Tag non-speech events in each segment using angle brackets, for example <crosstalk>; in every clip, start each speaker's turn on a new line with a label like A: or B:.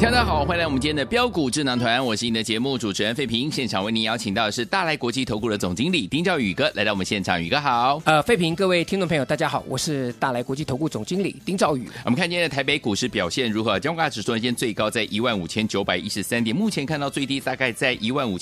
A: 大家好，欢迎来我们今天的标股智囊团，我是你的节目主持人费平。现场为您邀请到的是大来国际投顾的总经理丁兆宇哥来到我们现场，宇哥好。
B: 呃，费平，各位听众朋友，大家好，我是大来国际投顾总经理丁兆宇。
A: 我们看今天的台北股市表现如何？加权指数呢今天最高在15,913点，目前看到最低大概在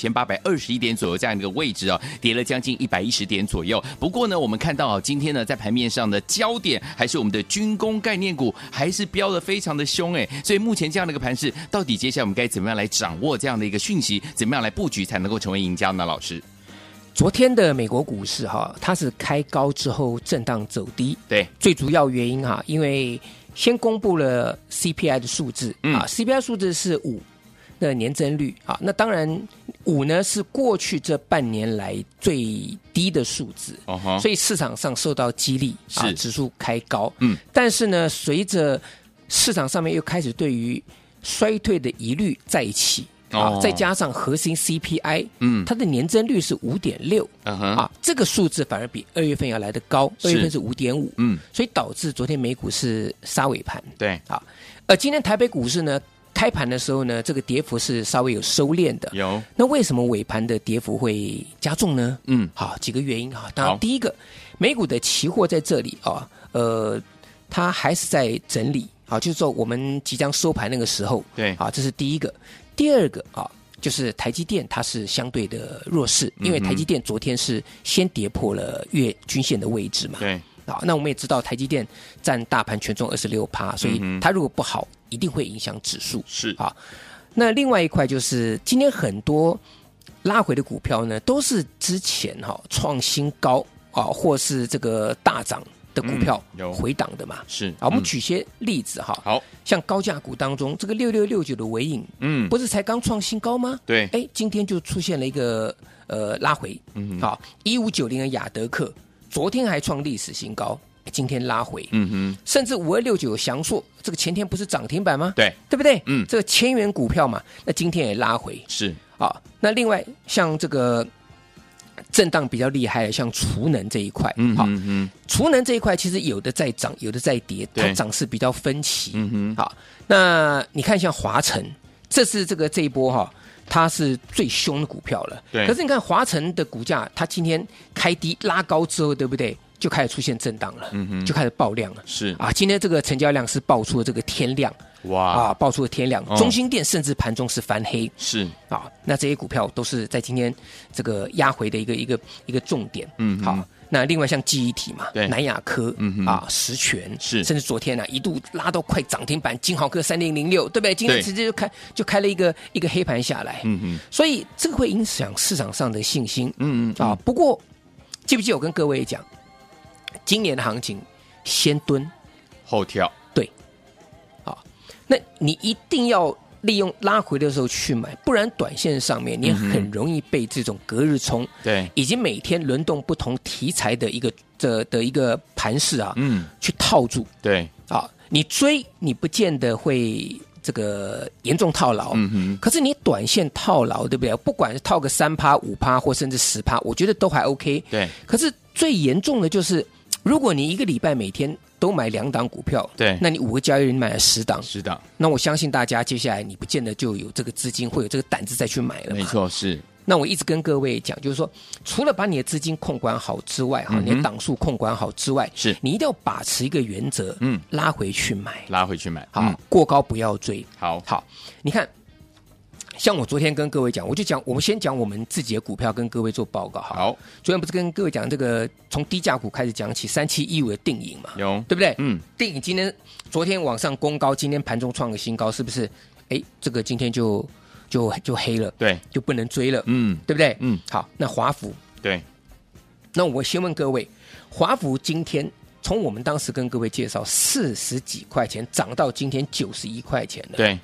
A: 15,821点左右这样一个位置哦，跌了将近110点左右。不过呢，我们看到啊，今天呢在盘面上的焦点还是我们的军工概念股，还是飙的非常的凶哎。所以目前这样的一个盘势，到底接下来我们该怎么样来掌握这样的一个讯息？怎么样来布局才能够成为赢家呢？老师，
B: 昨天的美国股市哈、它是开高之后震荡走低，
A: 对，
B: 最主要原因哈、因为先公布了 CPI 的数字、
A: 嗯
B: 啊，CPI 数字是五，那年增率啊，那当然五呢是过去这半年来最低的数字，
A: 哦吼
B: 所以市场上受到激励啊
A: 是，
B: 指数开高，
A: 嗯，
B: 但是呢，随着市场上面又开始对于衰退的疑虑再起。啊
A: 哦，
B: 再加上核心 CPI，
A: 嗯
B: 它的年增率是五点六，
A: 嗯哼
B: 啊，这个数字反而比二月份要来的高，
A: 是
B: 二月份是五点五，
A: 嗯，
B: 所以导致昨天美股是杀尾盘
A: 对，
B: 啊。而今天台北股市呢，开盘的时候呢，这个跌幅是稍微有收敛的。
A: 有，
B: 那为什么尾盘的跌幅会加重呢？
A: 嗯
B: 好，几个原因啊。
A: 好
B: 当然，第一个，美股的期货在这里啊，呃，它还是在整理啊，就是说我们即将收盘那个时候，
A: 对
B: 啊，这是第一个。第二个啊，就是台积电它是相对的弱势，
A: 嗯
B: 因为台积电昨天是先跌破了月均线的位置嘛，
A: 对，
B: 啊，那我们也知道台积电占大盘权重二十六趴，所
A: 嗯
B: 以它如果不好，一定会影响指数。
A: 是
B: 啊，那另外一块就是今天很多拉回的股票呢，都是之前哈、创新高啊，或是这个大涨的股票
A: 嗯有
B: 回档的嘛。
A: 是
B: 啊，我们
A: 嗯
B: 举些例子哈、
A: 好，
B: 像高价股当中，这个六六六九的尾影，
A: 嗯，
B: 不是才刚创新高吗？
A: 对
B: 哎，今天就出现了一个呃拉回，嗯，好，一五九零的雅德克，昨天还创历史新高，哎今天拉回，
A: 嗯哼，
B: 甚至五二六九翔硕，这个前天不是涨停板吗？，
A: 对，
B: 对不对？
A: 嗯
B: 这个千元股票嘛，那今天也拉回
A: 是，
B: 啊。那另外像这个震荡比较厉害的，像储能这一块，
A: 嗯
B: 好，
A: 嗯嗯，
B: 储能这一块其实有的在涨，有的在跌，
A: 对
B: 它涨势比较分歧。
A: 嗯哼
B: 好，那你看像华晨，这是这个这一波哈、它是最凶的股票了。
A: 对
B: 可是你看华晨的股价，它今天开低拉高之后，对不对？就开始出现震荡了，嗯哼，就开始爆量了。
A: 是
B: 啊，今天这个成交量是爆出了这个天量
A: 哇，
B: 啊，爆出了天量
A: 哦。
B: 中心店甚至盘中是翻黑。
A: 是，
B: 啊，那这些股票都是在今天这个压回的一个一个一个重点。
A: 嗯
B: 好，那另外像记忆体嘛，
A: 对
B: 南亚科，
A: 嗯哼
B: 啊，石泉
A: 是
B: 甚至昨天呢、啊一度拉到快涨停板，金豪科三零零六，对不对？今天
A: 对
B: 直接就开就开了一个一个黑盘下来。
A: 嗯哼，
B: 所以这个会影响市场上的信心。
A: 嗯嗯
B: 啊，不过记不记得我跟各位讲，今年的行情先蹲，
A: 后跳，
B: 对，好，那你一定要利用拉回的时候去买，不然短线上面你很容易被这种隔日冲，
A: 对，
B: 以及每天轮动不同题材的一个这的一个盘势啊，
A: 嗯，
B: 去套住
A: 对，
B: 啊。你追你不见得会这个严重套牢，
A: 嗯哼，
B: 可是你短线套牢，对不对？不管是套个三趴、五趴，或甚至十趴，我觉得都还 OK。
A: 对
B: 可是最严重的就是，如果你一个礼拜每天都买两档股票，
A: 对
B: 那你五个交易日你买了十档，
A: 是的，
B: 那我相信大家接下来你不见得就有这个资金，会有这个胆子再去买了嘛。
A: 没错，是，
B: 那我一直跟各位讲，就是说，除了把你的资金控管好之外，
A: 嗯
B: 哈、你的档数控管好之外，
A: 是
B: 你一定要把持一个原则，
A: 嗯，
B: 拉回去买，
A: 拉回去买，
B: 好，
A: 嗯，
B: 过高不要追，
A: 好，
B: 好，你看，像我昨天跟各位讲，我就讲，我们先讲我们自己的股票，跟各位做报告。，
A: 好，
B: 昨天不是跟各位讲这个从低价股开始讲起，三七一五的定影嘛，
A: 有，
B: 对不对？
A: 嗯，
B: 定影今天昨天往上攻高，今天盘中创个新高，是不是？哎，这个今天就就就黑了，
A: 对，
B: 就不能追了，
A: 嗯，
B: 对不对？
A: 嗯
B: 好，那华孚，
A: 对，
B: 那我先问各位，华孚今天从我们当时跟各位介绍四十几块钱涨到今天九十一块钱了，
A: 对，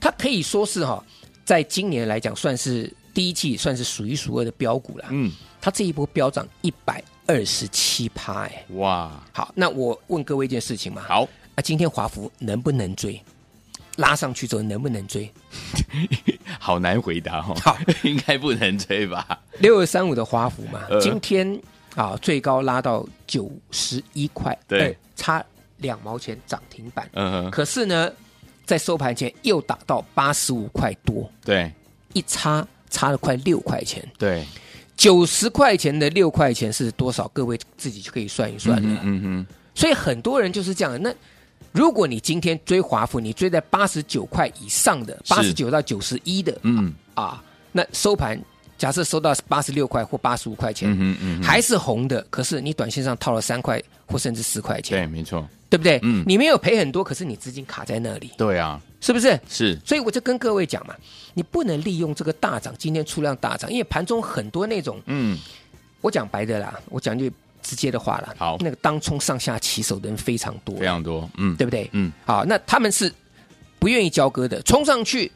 B: 它可以说是哈、在今年来讲算是第一季算是数一数二的标股了。
A: 嗯，
B: 它这一波飙涨一百二十七趴，哎，
A: 哇，
B: 好，那我问各位一件事情嘛，
A: 好，
B: 啊，今天华孚能不能追？拉上去之后能不能追？
A: 好难回答哦，
B: 好，
A: <laughs> 应该不能追吧？
B: 六二三五的华孚嘛，
A: 呃
B: 今天啊最高拉到九十一块，
A: 对
B: 二，差两毛钱涨停板。
A: 嗯哼，
B: 可是呢，在收盘前又打到八十五块多，
A: 对
B: 一差差了快六块钱。
A: 对，
B: 九十块钱的六块钱是多少？各位自己就可以算一算了。
A: 嗯哼，
B: 所以很多人就是这样。那如果你今天追华孚，你追在八十九块以上的，八十
A: 是
B: 九到九十一的
A: 嗯
B: 啊，那收盘假设收到八十六块或八十五块钱，
A: 嗯哼嗯哼，
B: 还是红的，可是你短线上套了三块或甚至四块钱，
A: 对，没错，
B: 对不对？
A: 嗯
B: 你没有赔很多，可是你资金卡在那里，
A: 对啊，
B: 是不是？
A: 是，
B: 所以我就跟各位讲嘛，你不能利用这个大涨，今天出量大涨，因为盘中很多那种
A: 嗯，
B: 我讲白的啦，我讲句直接的话啦。
A: 好
B: 那个当冲上下起手的人非常多，
A: 非常多，嗯，
B: 对不对？
A: 嗯，
B: 好，那他们是不愿意交割的，冲上去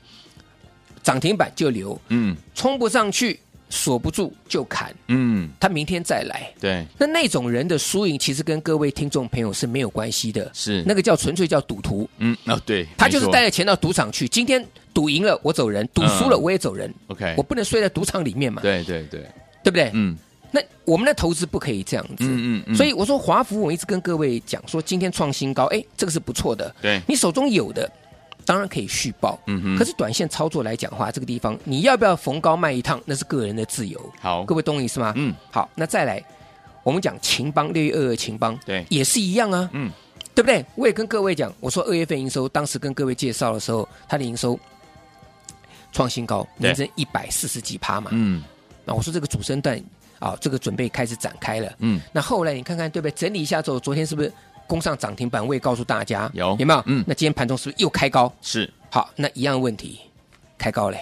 B: 涨停板就留，
A: 嗯
B: 冲不上去锁不住就砍，
A: 嗯，
B: 他明天再来。
A: 对，
B: 那那种人的输赢其实跟各位听众朋友是没有关系的，
A: 是
B: 那个叫纯粹叫赌徒，
A: 嗯哦对，
B: 他就
A: 没
B: 是
A: 错
B: 带着钱到赌场去，今天赌赢了我走人，赌输了我也走人，
A: OK，
B: 我不能睡在赌场里面嘛，
A: 嗯哎对对对，
B: 对不对？
A: 嗯
B: 那我们的投资不可以这样子，
A: 嗯嗯嗯，
B: 所以我说华孚，我一直跟各位讲说，今天创新高，哎，这个是不错的。
A: 对
B: 你手中有的，当然可以续报。
A: 嗯哼
B: 可是短线操作来讲的话，这个地方你要不要逢高卖一趟，那是个人的自由。
A: 好
B: 各，位懂我意思吗？
A: 嗯，
B: 好，那再来，我们讲秦邦六月二二秦邦，
A: 对
B: 也是一样啊，
A: 哎嗯，
B: 对不对？我也跟各位讲，我说二月份营收，当时跟各位介绍的时候，它的营收创新高，
A: 对
B: 年增一百四十几趴嘛。
A: 嗯
B: 那我说这个主升段啊，这个准备开始展开了。
A: 嗯，
B: 那后来你看看，对不对？整理一下之后，昨天是不是攻上涨停板？我也告诉大家，
A: 有
B: 有没有？
A: 嗯
B: 嗯，那今天盘中是不是又开高？
A: 是
B: 好，那一样问题，开高嘞，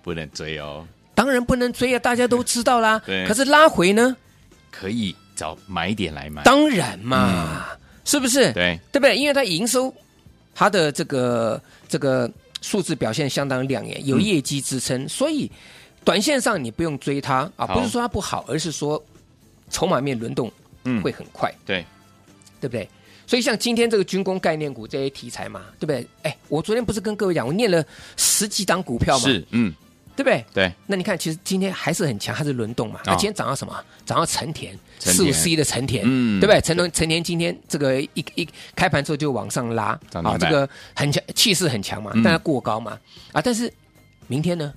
A: 不能追哦，
B: 当然不能追啊，大家都知道啦。
A: 对
B: 可是拉回呢？
A: 可以找买点来买，
B: 当然嘛，是不是？
A: 嗯对，
B: 对不对？因为它营收，它的这个这个数字表现相当亮
A: 嗯
B: 眼，有业绩支撑，所以短线上你不用追它啊，
A: 好
B: 不是说它不好，而是说筹码面轮动
A: 嗯
B: 会很快。
A: 对，
B: 对不对？所以像今天这个军工概念股这些题材嘛，对不对？哎，我昨天不是跟各位讲，我念了十几档股票嘛，
A: 是嗯
B: 对不对？
A: 对，
B: 那你看，其实今天还是很强，它是轮动嘛。那、
A: 啊
B: 今天涨到什么？涨到成田
A: 成
B: 四五
A: 田
B: C 的成田，
A: 嗯
B: 对不对？成田成田今天这个一一开盘之后就往上拉，啊
A: 涨停板
B: 这个很强，气势很强嘛，
A: 嗯
B: 但它过高嘛，啊，但是明天呢，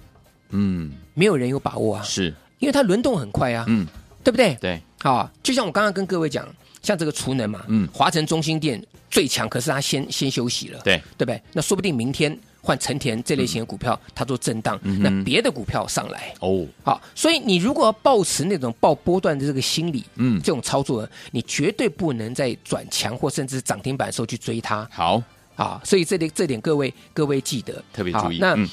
A: 嗯
B: 没有人有把握啊，
A: 是
B: 因为它轮动很快啊，
A: 嗯
B: 对不对？
A: 对
B: 啊，就像我刚刚跟各位讲，像这个储能嘛，
A: 嗯
B: 华晨中心店最强，可是它先先休息了，
A: 对
B: 对不对？那说不定明天换成田这类型的股票，它做震荡，
A: 嗯哼
B: 那别的股票上来。
A: 哦
B: 好，所以你如果要抱持那种抱波段的这个心理，
A: 嗯
B: 这种操作，你绝对不能在转强或甚至涨停板的时候去追它
A: 好
B: 啊！所以这点这点各位各位记得
A: 特别
B: 好
A: 注意，
B: 那、
A: 嗯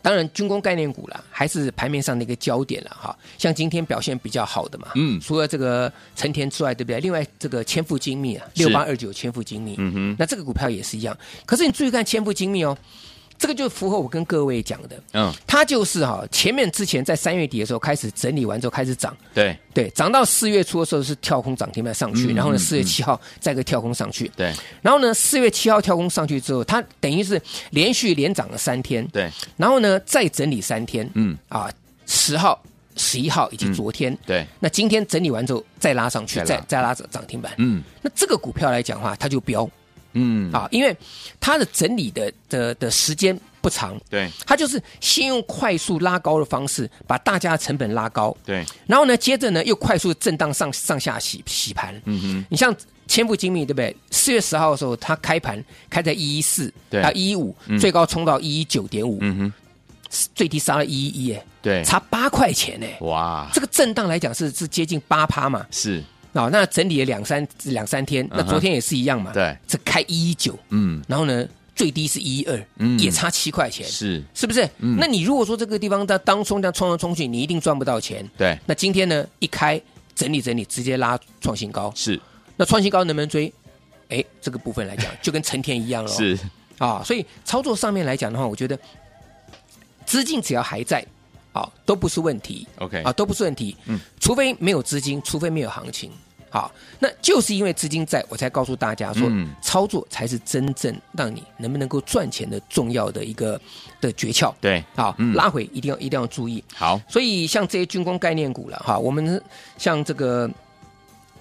B: 当然，军工概念股啦，还是盘面上的一个焦点了哈。像今天表现比较好的嘛，
A: 嗯
B: 除了这个成田之外，对不对？另外这个千富精密啊，
A: 是
B: 六八二九千富精密，
A: 嗯哼
B: 那这个股票也是一样。可是你注意看千富精密哦，这个就符合我跟各位讲的，
A: 嗯
B: 它就是哈、前面之前在三月底的时候开始整理完之后开始涨，
A: 对
B: 对，涨到四月初的时候是跳空涨停板上去，
A: 嗯
B: 然后呢
A: 嗯
B: 四月七号再个跳空上去，
A: 对
B: 然后呢四月七号跳空上去之后，它等于是连续连涨了三天，
A: 对
B: 然后呢，再整理三天，
A: 嗯
B: 啊，十号、十一号以及昨天，
A: 对
B: 那今天整理完之后再拉上去，
A: 再
B: 再
A: 拉
B: 再拉涨涨停板。
A: 嗯
B: 那这个股票来讲的话，它就飙
A: 嗯
B: 啊，因为它的整理的的的时间不长，
A: 对
B: 它就是先用快速拉高的方式把大家的成本拉高，
A: 对
B: 然后呢，接着呢又快速震荡上上下洗洗盘。
A: 嗯哼
B: 你像千富精密对不对？四月十号的时候，它开盘开在一一四，
A: 对
B: 到一一五，最高冲到一一九点五，
A: 嗯哼
B: 最低杀了一一一，哎，
A: 对
B: 差八块钱呢、
A: 哇
B: 这个震荡来讲是是接近八趴嘛，
A: 是
B: 哦，那整理了两三两三天，那
A: 嗯哼
B: 昨天也是一样嘛，
A: 对
B: 这开一一九，
A: 嗯
B: 然后呢最低是一二，
A: 嗯
B: 也差七块钱，
A: 是，
B: 是不是？
A: 嗯
B: 那你如果说这个地方在当冲这样冲来冲去，你一定赚不到钱。
A: 对，
B: 那今天呢，一开整理整理，直接拉创新高。
A: 是
B: 那创新高能不能追？哎，这个部分来讲，就跟成田一样了、
A: 是，
B: 啊，所以操作上面来讲的话，我觉得资金只要还在，啊，都不是问题。
A: OK
B: 啊，都不是问题。
A: 嗯
B: 嗯，除非没有资金，除非没有行情。好，那就是因为资金在，我才告诉大家说，
A: 嗯
B: 操作才是真正让你能不能够赚钱的重要的一个的诀窍。
A: 对，
B: 好，
A: 嗯
B: 拉回一定要一定要注意。
A: 好，
B: 所以像这些军工概念股了哈，我们像这个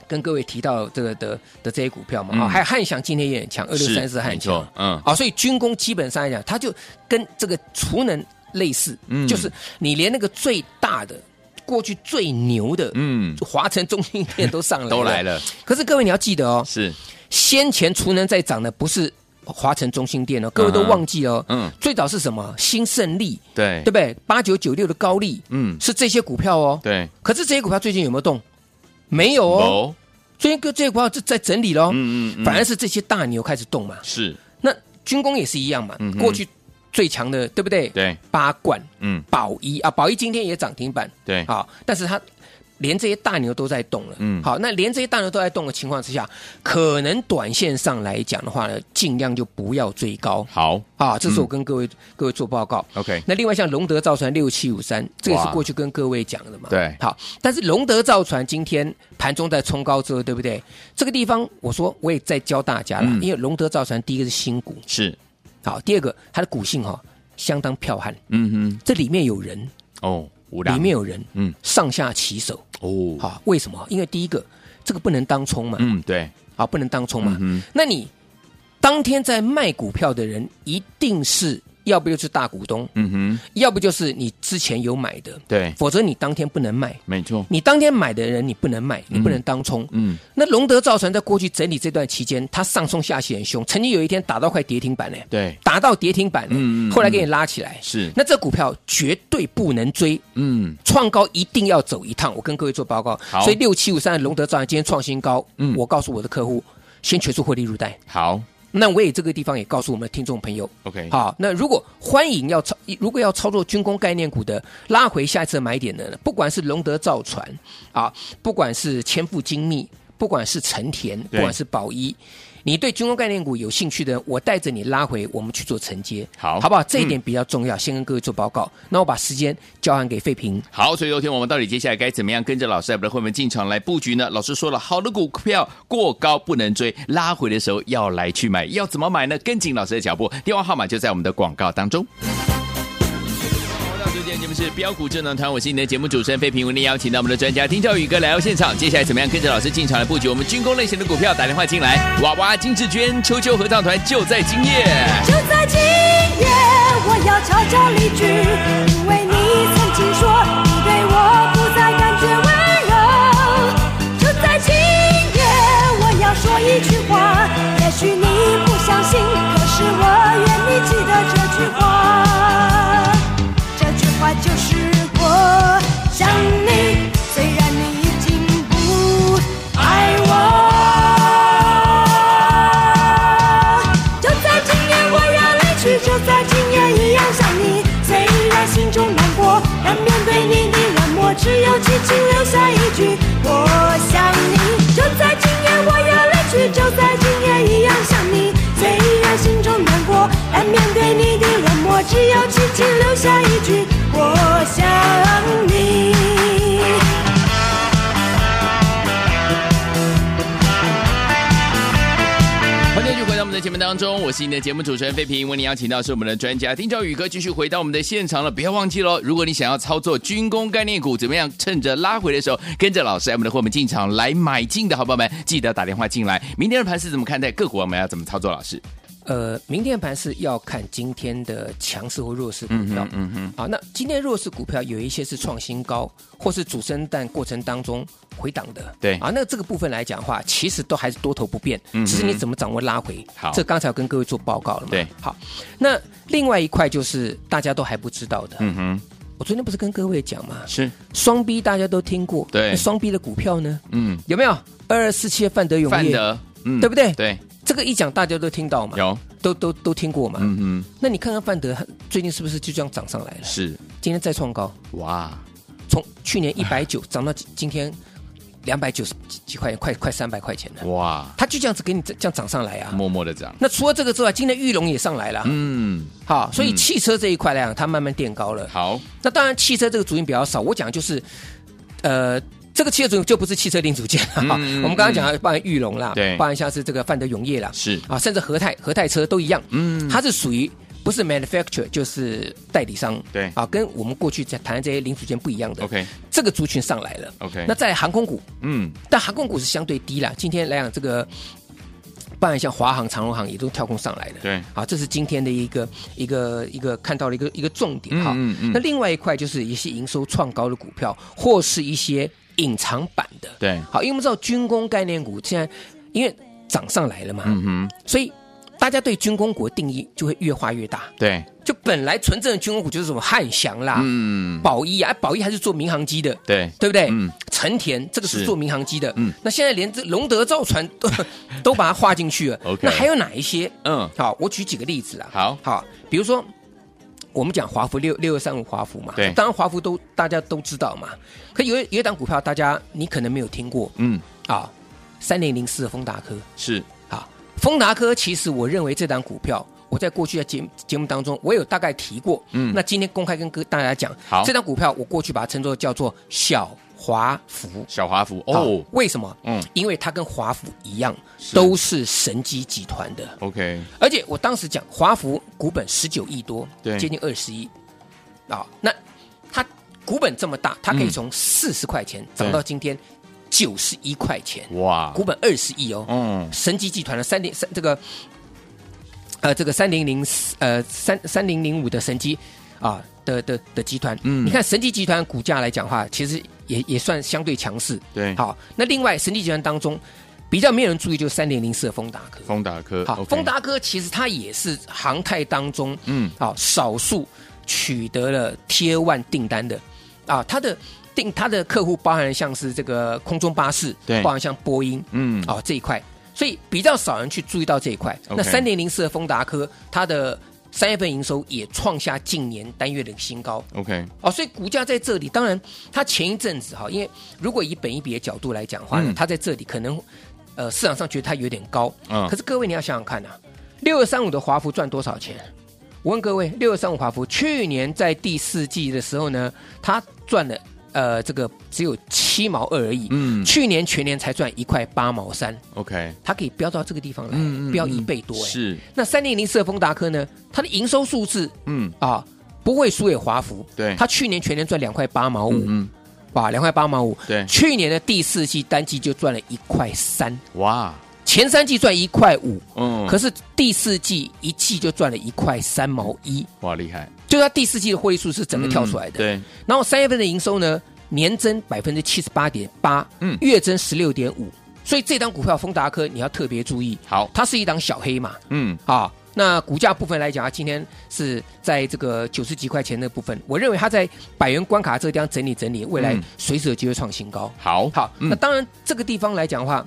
B: 跟各位提到这个的的这些股票嘛，啊、
A: 嗯
B: 还有汉翔今天也很强，二六三
A: 是
B: 四
A: 没
B: 汉翔
A: 错，，嗯，
B: 啊，所以军工基本上来讲，它就跟这个储能类似，
A: 嗯
B: 就是你连那个最大的、过去最牛的，
A: 嗯，
B: 华晨中心店都上来了，
A: 都来。了，
B: 可是各位你要记得哦，
A: 是，
B: 先前储能在涨的不是华晨中心店哦，各位都
A: 嗯哼
B: 忘记了哦，
A: 嗯，
B: 最早是什么新胜利，
A: 对
B: 对不，对？八九九六的高利
A: 嗯，
B: 是这些股票哦，
A: 对，
B: 可是这些股票最近有没有动？没有哦，
A: 哦，
B: 最近这些股票在在整理喽，
A: 嗯
B: 反而是这些大牛开始动嘛。
A: 是，
B: 那军工也是一样嘛，
A: 嗯哼
B: 过去最强的，对不对？
A: 对，
B: 八冠、
A: 嗯，
B: 宝一啊，宝一今天也涨停板，
A: 对，
B: 好，但是它连这些大牛都在动了，
A: 嗯
B: 好，那连这些大牛都在动的情况之下，可能短线上来讲的话呢，尽量就不要追高
A: 好
B: 啊，这是我
A: 嗯
B: 跟各位、各位做报告。
A: ，OK，
B: 那另外像龙德造船六七五三，这也是
A: 哇
B: 过去跟各位讲的嘛。
A: 对
B: 好，但是龙德造船今天盘中在冲高之后，对不对？这个地方我说我也在教大家了，
A: 嗯
B: 因为龙德造船第一个是新股，
A: 是，
B: 好，第二个它的股性哈、相当彪悍，
A: 嗯
B: 这里面有人，
A: 哼，哦，五档
B: 里面有人，
A: 嗯，
B: 上下其手。
A: 哦，，
B: 好，为什么？因为第一个这个不能当冲嘛，
A: 嗯，对，
B: 啊，不能当冲嘛。
A: 嗯
B: 那你当天在卖股票的人，一定是要不就是大股东，
A: 嗯哼，
B: 要不就是你之前有买的，
A: 对，
B: 否则你当天不能卖。
A: 没错，
B: 你当天买的人，你不能卖，你不能当冲。
A: 嗯，
B: 那龙德造船在过去整理这段期间，它上冲下洗很凶，曾经有一天打到快跌停板呢，
A: 对，
B: 打到跌停板
A: 嗯嗯
B: 呢，后来给你拉起来。
A: 是，
B: 那这股票绝对不能追，
A: 嗯，
B: 创高一定要走一趟，我跟各位做报告
A: 好。
B: 所以六七五三的龙德造船今天创新高，
A: 嗯
B: 我告诉我的客户，先全数获利入袋。
A: 好
B: 那我也这个地方也告诉我们的听众朋友，
A: ，OK，，
B: 好，那如果欢迎要操，如果要操作军工概念股的，拉回下一次买点的呢，不管是龙德造船啊，不管是千富精密，不管是成田，不管是宝一，你对军工概念股有兴趣的，我带着你拉回，我们去做承接，
A: 好嗯
B: 好不好？这一点比较重要，先跟各位做报告。那我把时间交还给费平。
A: 好，所以昨天我们到底接下来该怎么样跟着老师我们的会员进场来布局呢？老师说了，好的股票过高不能追，拉回的时候要来去买，要怎么买呢？跟紧老师的脚步，电话号码就在我们的广告当中。回到九点节目是标股智能团，我是你的节目主持人费平。为您邀请到我们的专家丁兆宇哥来到现场，接下来怎么样跟着老师进场来布局我们军工类型的股票？打电话进来，娃娃、金志娟、秋秋合唱团就在今夜。
C: 就在今夜，我要悄悄离去，因为你曾经说你对我不再感觉温柔。就在今夜，我要说一句话，也许你不相信，可是我愿你记得这句话。这句话就是我想你，虽然你已经不爱我。就在今夜我要离去，就在今夜一样想你，虽然心中难过，但面对你的冷漠，只有轻轻留下一句我想你。就在今夜我要离去，就在今夜一样想你，虽然心中难过，但面对你的冷漠，只有轻轻留下一句我想你。
A: 欢迎继续回到我们的节目当中，我是你的节目主持人费平，为您邀请到是我们的专家丁兆宇哥，继续回到我们的现场了。不要忘记喽，如果你想要操作军工概念股，怎么样趁着拉回的时候，跟着老师我们的伙伴们进场来买进的好朋友们，记得打电话进来。明天的盘是怎么看待个股，我们要怎么操作？老师，
B: 呃，明天盘是要看今天的强势或弱势股票。嗯嗯。好，那今天弱势股票有一些是创新高，或是主升弹过程当中回档的。
A: 对
B: 啊，那这个部分来讲的话，其实都还是多头不变，
A: 嗯哼
B: 只是你怎么掌握拉回。
A: 好
B: 这刚才有跟各位做报告了嘛。
A: 对
B: 好，那另外一块就是大家都还不知道的。
A: 嗯哼，
B: 我昨天不是跟各位讲嘛，
A: 是，
B: 双 B 大家都听过。
A: 对
B: 那双 B 的股票呢，
A: 嗯，
B: 有没有？二二四七的范德永业，
A: 范德，嗯
B: 对不对
A: 对，
B: 这个一讲大家都听到嘛，
A: 有，
B: 都都都听过嘛。
A: 嗯哼，
B: 那你看看范德最近是不是就这样涨上来了？
A: 是，嗯
B: 今天再创高，
A: 哇，
B: 从去年一百九涨到今今天两百九十几块，快快三百块钱了。
A: 哇，
B: 它就这样子给你这这样涨上来啊。
A: 默默的涨，
B: 那除了这个之外，今天玉龙也上来了，
A: 嗯，
B: 好，所以
A: 嗯
B: 汽车这一块来讲，它慢慢垫高了。
A: 好，
B: 那当然，汽车这个族群比较少。我讲就是，呃，这个汽车族群就不是汽车零组件了哈。
A: 嗯嗯
B: 我们刚刚讲到，包含裕隆啦，
A: 对
B: 包含像是这个范德永业啦，
A: 是
B: 啊，甚至和泰和泰车都一样，
A: 嗯
B: 它是属于。不是 manufacturer 就是代理商，
A: 对
B: 啊，跟我们过去在谈这些零组件不一样的。
A: ，OK，
B: 这个族群上来了。
A: OK
B: 那在航空股，
A: 嗯，
B: 但航空股是相对低啦。今天来讲，这个包含像华航、长荣航也都跳空上来的。
A: 对
B: 啊，这是今天的一个一个一个看到了一个一个重点
A: 嗯
B: 哈。
A: 嗯嗯
B: 那另外一块就是一些营收创高的股票，或是一些隐藏版的。
A: 对，
B: 好，因为我们知道军工概念股现在因为涨上来了嘛，
A: 嗯哼，
B: 所以大家对军工股的定义就会越画越大。
A: 对，
B: 就本来纯正的军工股就是什么汉翔啦、
A: 嗯，
B: 宝一啊，宝一还是做民航机的，
A: 对，
B: 对不对？
A: 嗯
B: 成田这个是
A: 是
B: 做民航机的，
A: 嗯
B: 那现在连这龙德造船 <laughs> 都都把它划进去了
A: OK
B: 那还有哪一些？
A: 嗯，
B: 好，我举几个例子啦。啊
A: 好
B: 好，比如说我们讲华孚六六二三五华孚嘛，
A: 对
B: 当然华孚都大家都知道嘛，可有一有一档股票大家你可能没有听过
A: 嗯，
B: 啊，三零零四的丰达科
A: 是，
B: 啊，丰达科其实我认为这档股票。我在过去的节目节目当中，我有大概提过，
A: 嗯
B: 那今天公开跟各大家讲，
A: 好
B: 这档股票我过去把它称作叫做小华孚，
A: 小华服
B: 哦
A: 哦，
B: 为什么？
A: 嗯
B: 嗯，因为它跟华孚一样，
A: 是
B: 都是神机集团的。
A: ，OK，
B: 而且我当时讲华孚股本十九亿多，
A: 对
B: 接近二十亿啊。那它股本这么大，它可以
A: 嗯
B: 从四十块钱
A: 对
B: 涨到今天九十一块钱，
A: 哇，
B: 股本二十亿哦。
A: 嗯，
B: 神机集团的三零三这个呃这个三零零呃三三零零五的神机啊的的的集团，
A: 嗯
B: 你看神机集团股价来讲的话，其实也也算相对强势。
A: 对
B: 好，那另外神机集团当中比较没有人注意就是三零零四的丰达科。
A: 丰达科，
B: 好，
A: OK
B: 丰，达科其实它也是航太当中，
A: 嗯
B: 嗯，好少数取得了 T 1订单的，啊，它的订它的客户包含像是这个空中巴士，
A: 对
B: 包含像波音，
A: 嗯，
B: 哦这一块，所以比较少人去注意到这一块。
A: OK
B: 那三零零四的丰达科，它的三月份营收也创下近年单月的新高
A: OK，
B: 哦，所以股价在这里，当然它前一阵子哈，因为如果以本一比的角度来讲的话呢，
A: 嗯
B: 它在这里可能呃市场上觉得它有点高，
A: 嗯
B: 可是各位你要想想看啊，六二三五的华孚赚多少钱？我问各位，六二三五华孚去年在第四季的时候呢，它赚了呃这个只有七毛二而已，
A: 嗯
B: 去年全年才赚一块八毛三，
A: ，OK，
B: 它可以飙到这个地方来，
A: 嗯嗯
B: 飙一倍多、哎
A: 是，
B: 那三零零四的丰达科呢，它的营收数字
A: 嗯，
B: 啊不会输给华孚，
A: 对
B: 它去年全年赚两块八毛五、
A: 嗯，
B: 哇，两块八毛五，
A: 对
B: 去年的第四季单季就赚了一块三，
A: 哇，
B: 前三季赚一块五，
A: 嗯，
B: 可是第四季一季就赚了一块三毛一，
A: 哇厉害，
B: 就是它第四季的获利数是整个跳出来的，
A: 嗯对，
B: 然后三月份的营收呢，年增百分之七十八点八，
A: 嗯
B: 月增十六点五，所以这档股票丰达科你要特别注意，
A: 好，
B: 它是一档小黑马
A: 嗯，
B: 啊。那股价部分来讲啊，今天是在这个九十几块钱的部分，我认为它在百元关卡这个地方整理整理，未来
A: 嗯
B: 随时有机会创新高。
A: 好，
B: 好，
A: 嗯
B: 那当然这个地方来讲的话，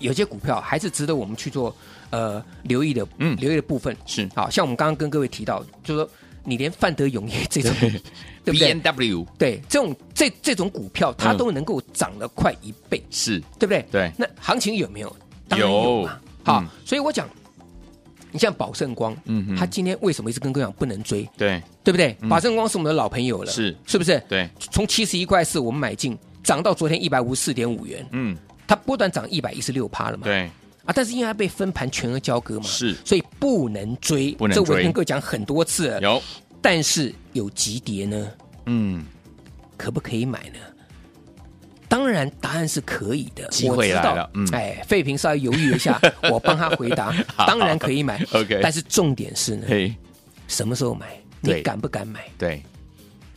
B: 有些股票还是值得我们去做呃留意的，
A: 嗯
B: 留意的部分
A: 是
B: 好像我们刚刚跟各位提到，就是说你连范德永业
A: <laughs>
B: 这种，对不
A: B
B: 对
A: N？W
B: 对，这种这这种股票它
A: 嗯
B: 都能够涨了快一倍，
A: 是，
B: 对不对？
A: 对
B: 那行情有没有？当然有
A: 有
B: 嘛。好
A: 嗯，
B: 所以我讲，你像宝盛光，
A: 嗯哼
B: 他今天为什么一直跟各位讲不能追，
A: 对，
B: 对不对？宝盛光是我们的老朋友了，
A: 是
B: 是不是？
A: 对，
B: 从七十一块四我们买进，涨到昨天一百五十四点五元，
A: 嗯，
B: 它波段涨一百一十六趴了嘛？
A: 对，
B: 啊，但是因为它被分盘全额交割嘛，
A: 是
B: 所以不能追，
A: 不能
B: 这我
A: 追
B: 跟各位讲很多次了。
A: 有，
B: 但是有急跌呢，
A: 嗯，
B: 可不可以买呢？当然，答案是可以的。
A: 机会
B: 我知道
A: 来了嗯
B: 哎，费平稍微犹豫
A: <laughs>
B: 一下，我帮他回答，当然可以买。
A: OK
B: 但是重点是呢，
A: 嘿，
B: 什么时候买？
A: 对
B: 你敢不敢买？
A: 对，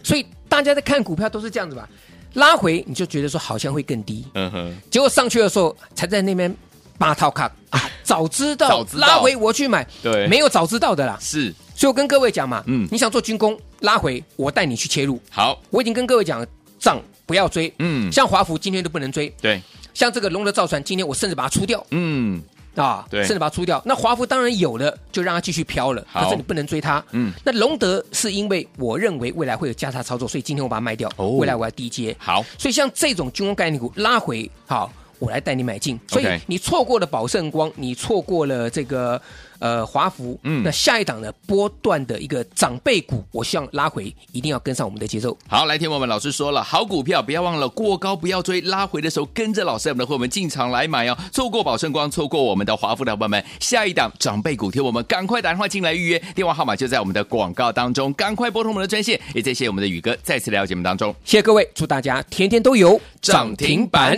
B: 所以大家在看股票都是这样子吧，拉回你就觉得说好像会更低，
A: 嗯哼，
B: 结果上去的时候才在那边八套卡
A: <laughs>
B: 啊，早知道
A: 早知道
B: 拉回我去买，
A: 对
B: 没有早知道的啦。
A: 是，
B: 所以我跟各位讲嘛，
A: 嗯
B: 嗯，你想做军工拉回，我带你去切入。
A: 好，
B: 我已经跟各位讲，涨不要追，
A: 嗯
B: 嗯，像华孚今天都不能追，
A: 对，
B: 像这个龙德造船今天我甚至把它出掉，
A: 嗯，
B: 啊，
A: 对
B: 甚至把它出掉。那华孚当然有了，就让它继续飘了，
A: 好
B: 可是你不能追它。
A: 嗯
B: 嗯，那隆德是因为我认为未来会有价差操作，所以今天我把它卖掉，
A: 哦
B: 未来我要低接。
A: 好，
B: 所以像这种军工概念股拉回，好，我来带你买进。所以
A: OK
B: 你错过了宝盛光，你错过了这个呃华孚，
A: 嗯
B: 嗯，那下一档的波段的一个长辈股，我希望拉回一定要跟上我们的节奏。
A: 好，来听我们老师说了，好股票不要忘了过高不要追，拉回的时候跟着老师我们的会我们进场来买哦。错过宝盛光，错过我们的华富的伙伴们，下一档长辈股，听我们赶快打电话进来预约，电话号码就在我们的广告当中，赶快拨通我们的专线。也谢谢我们的宇哥再次来到节目当中。
B: 谢谢各位，祝大家天天都有
A: 涨停板。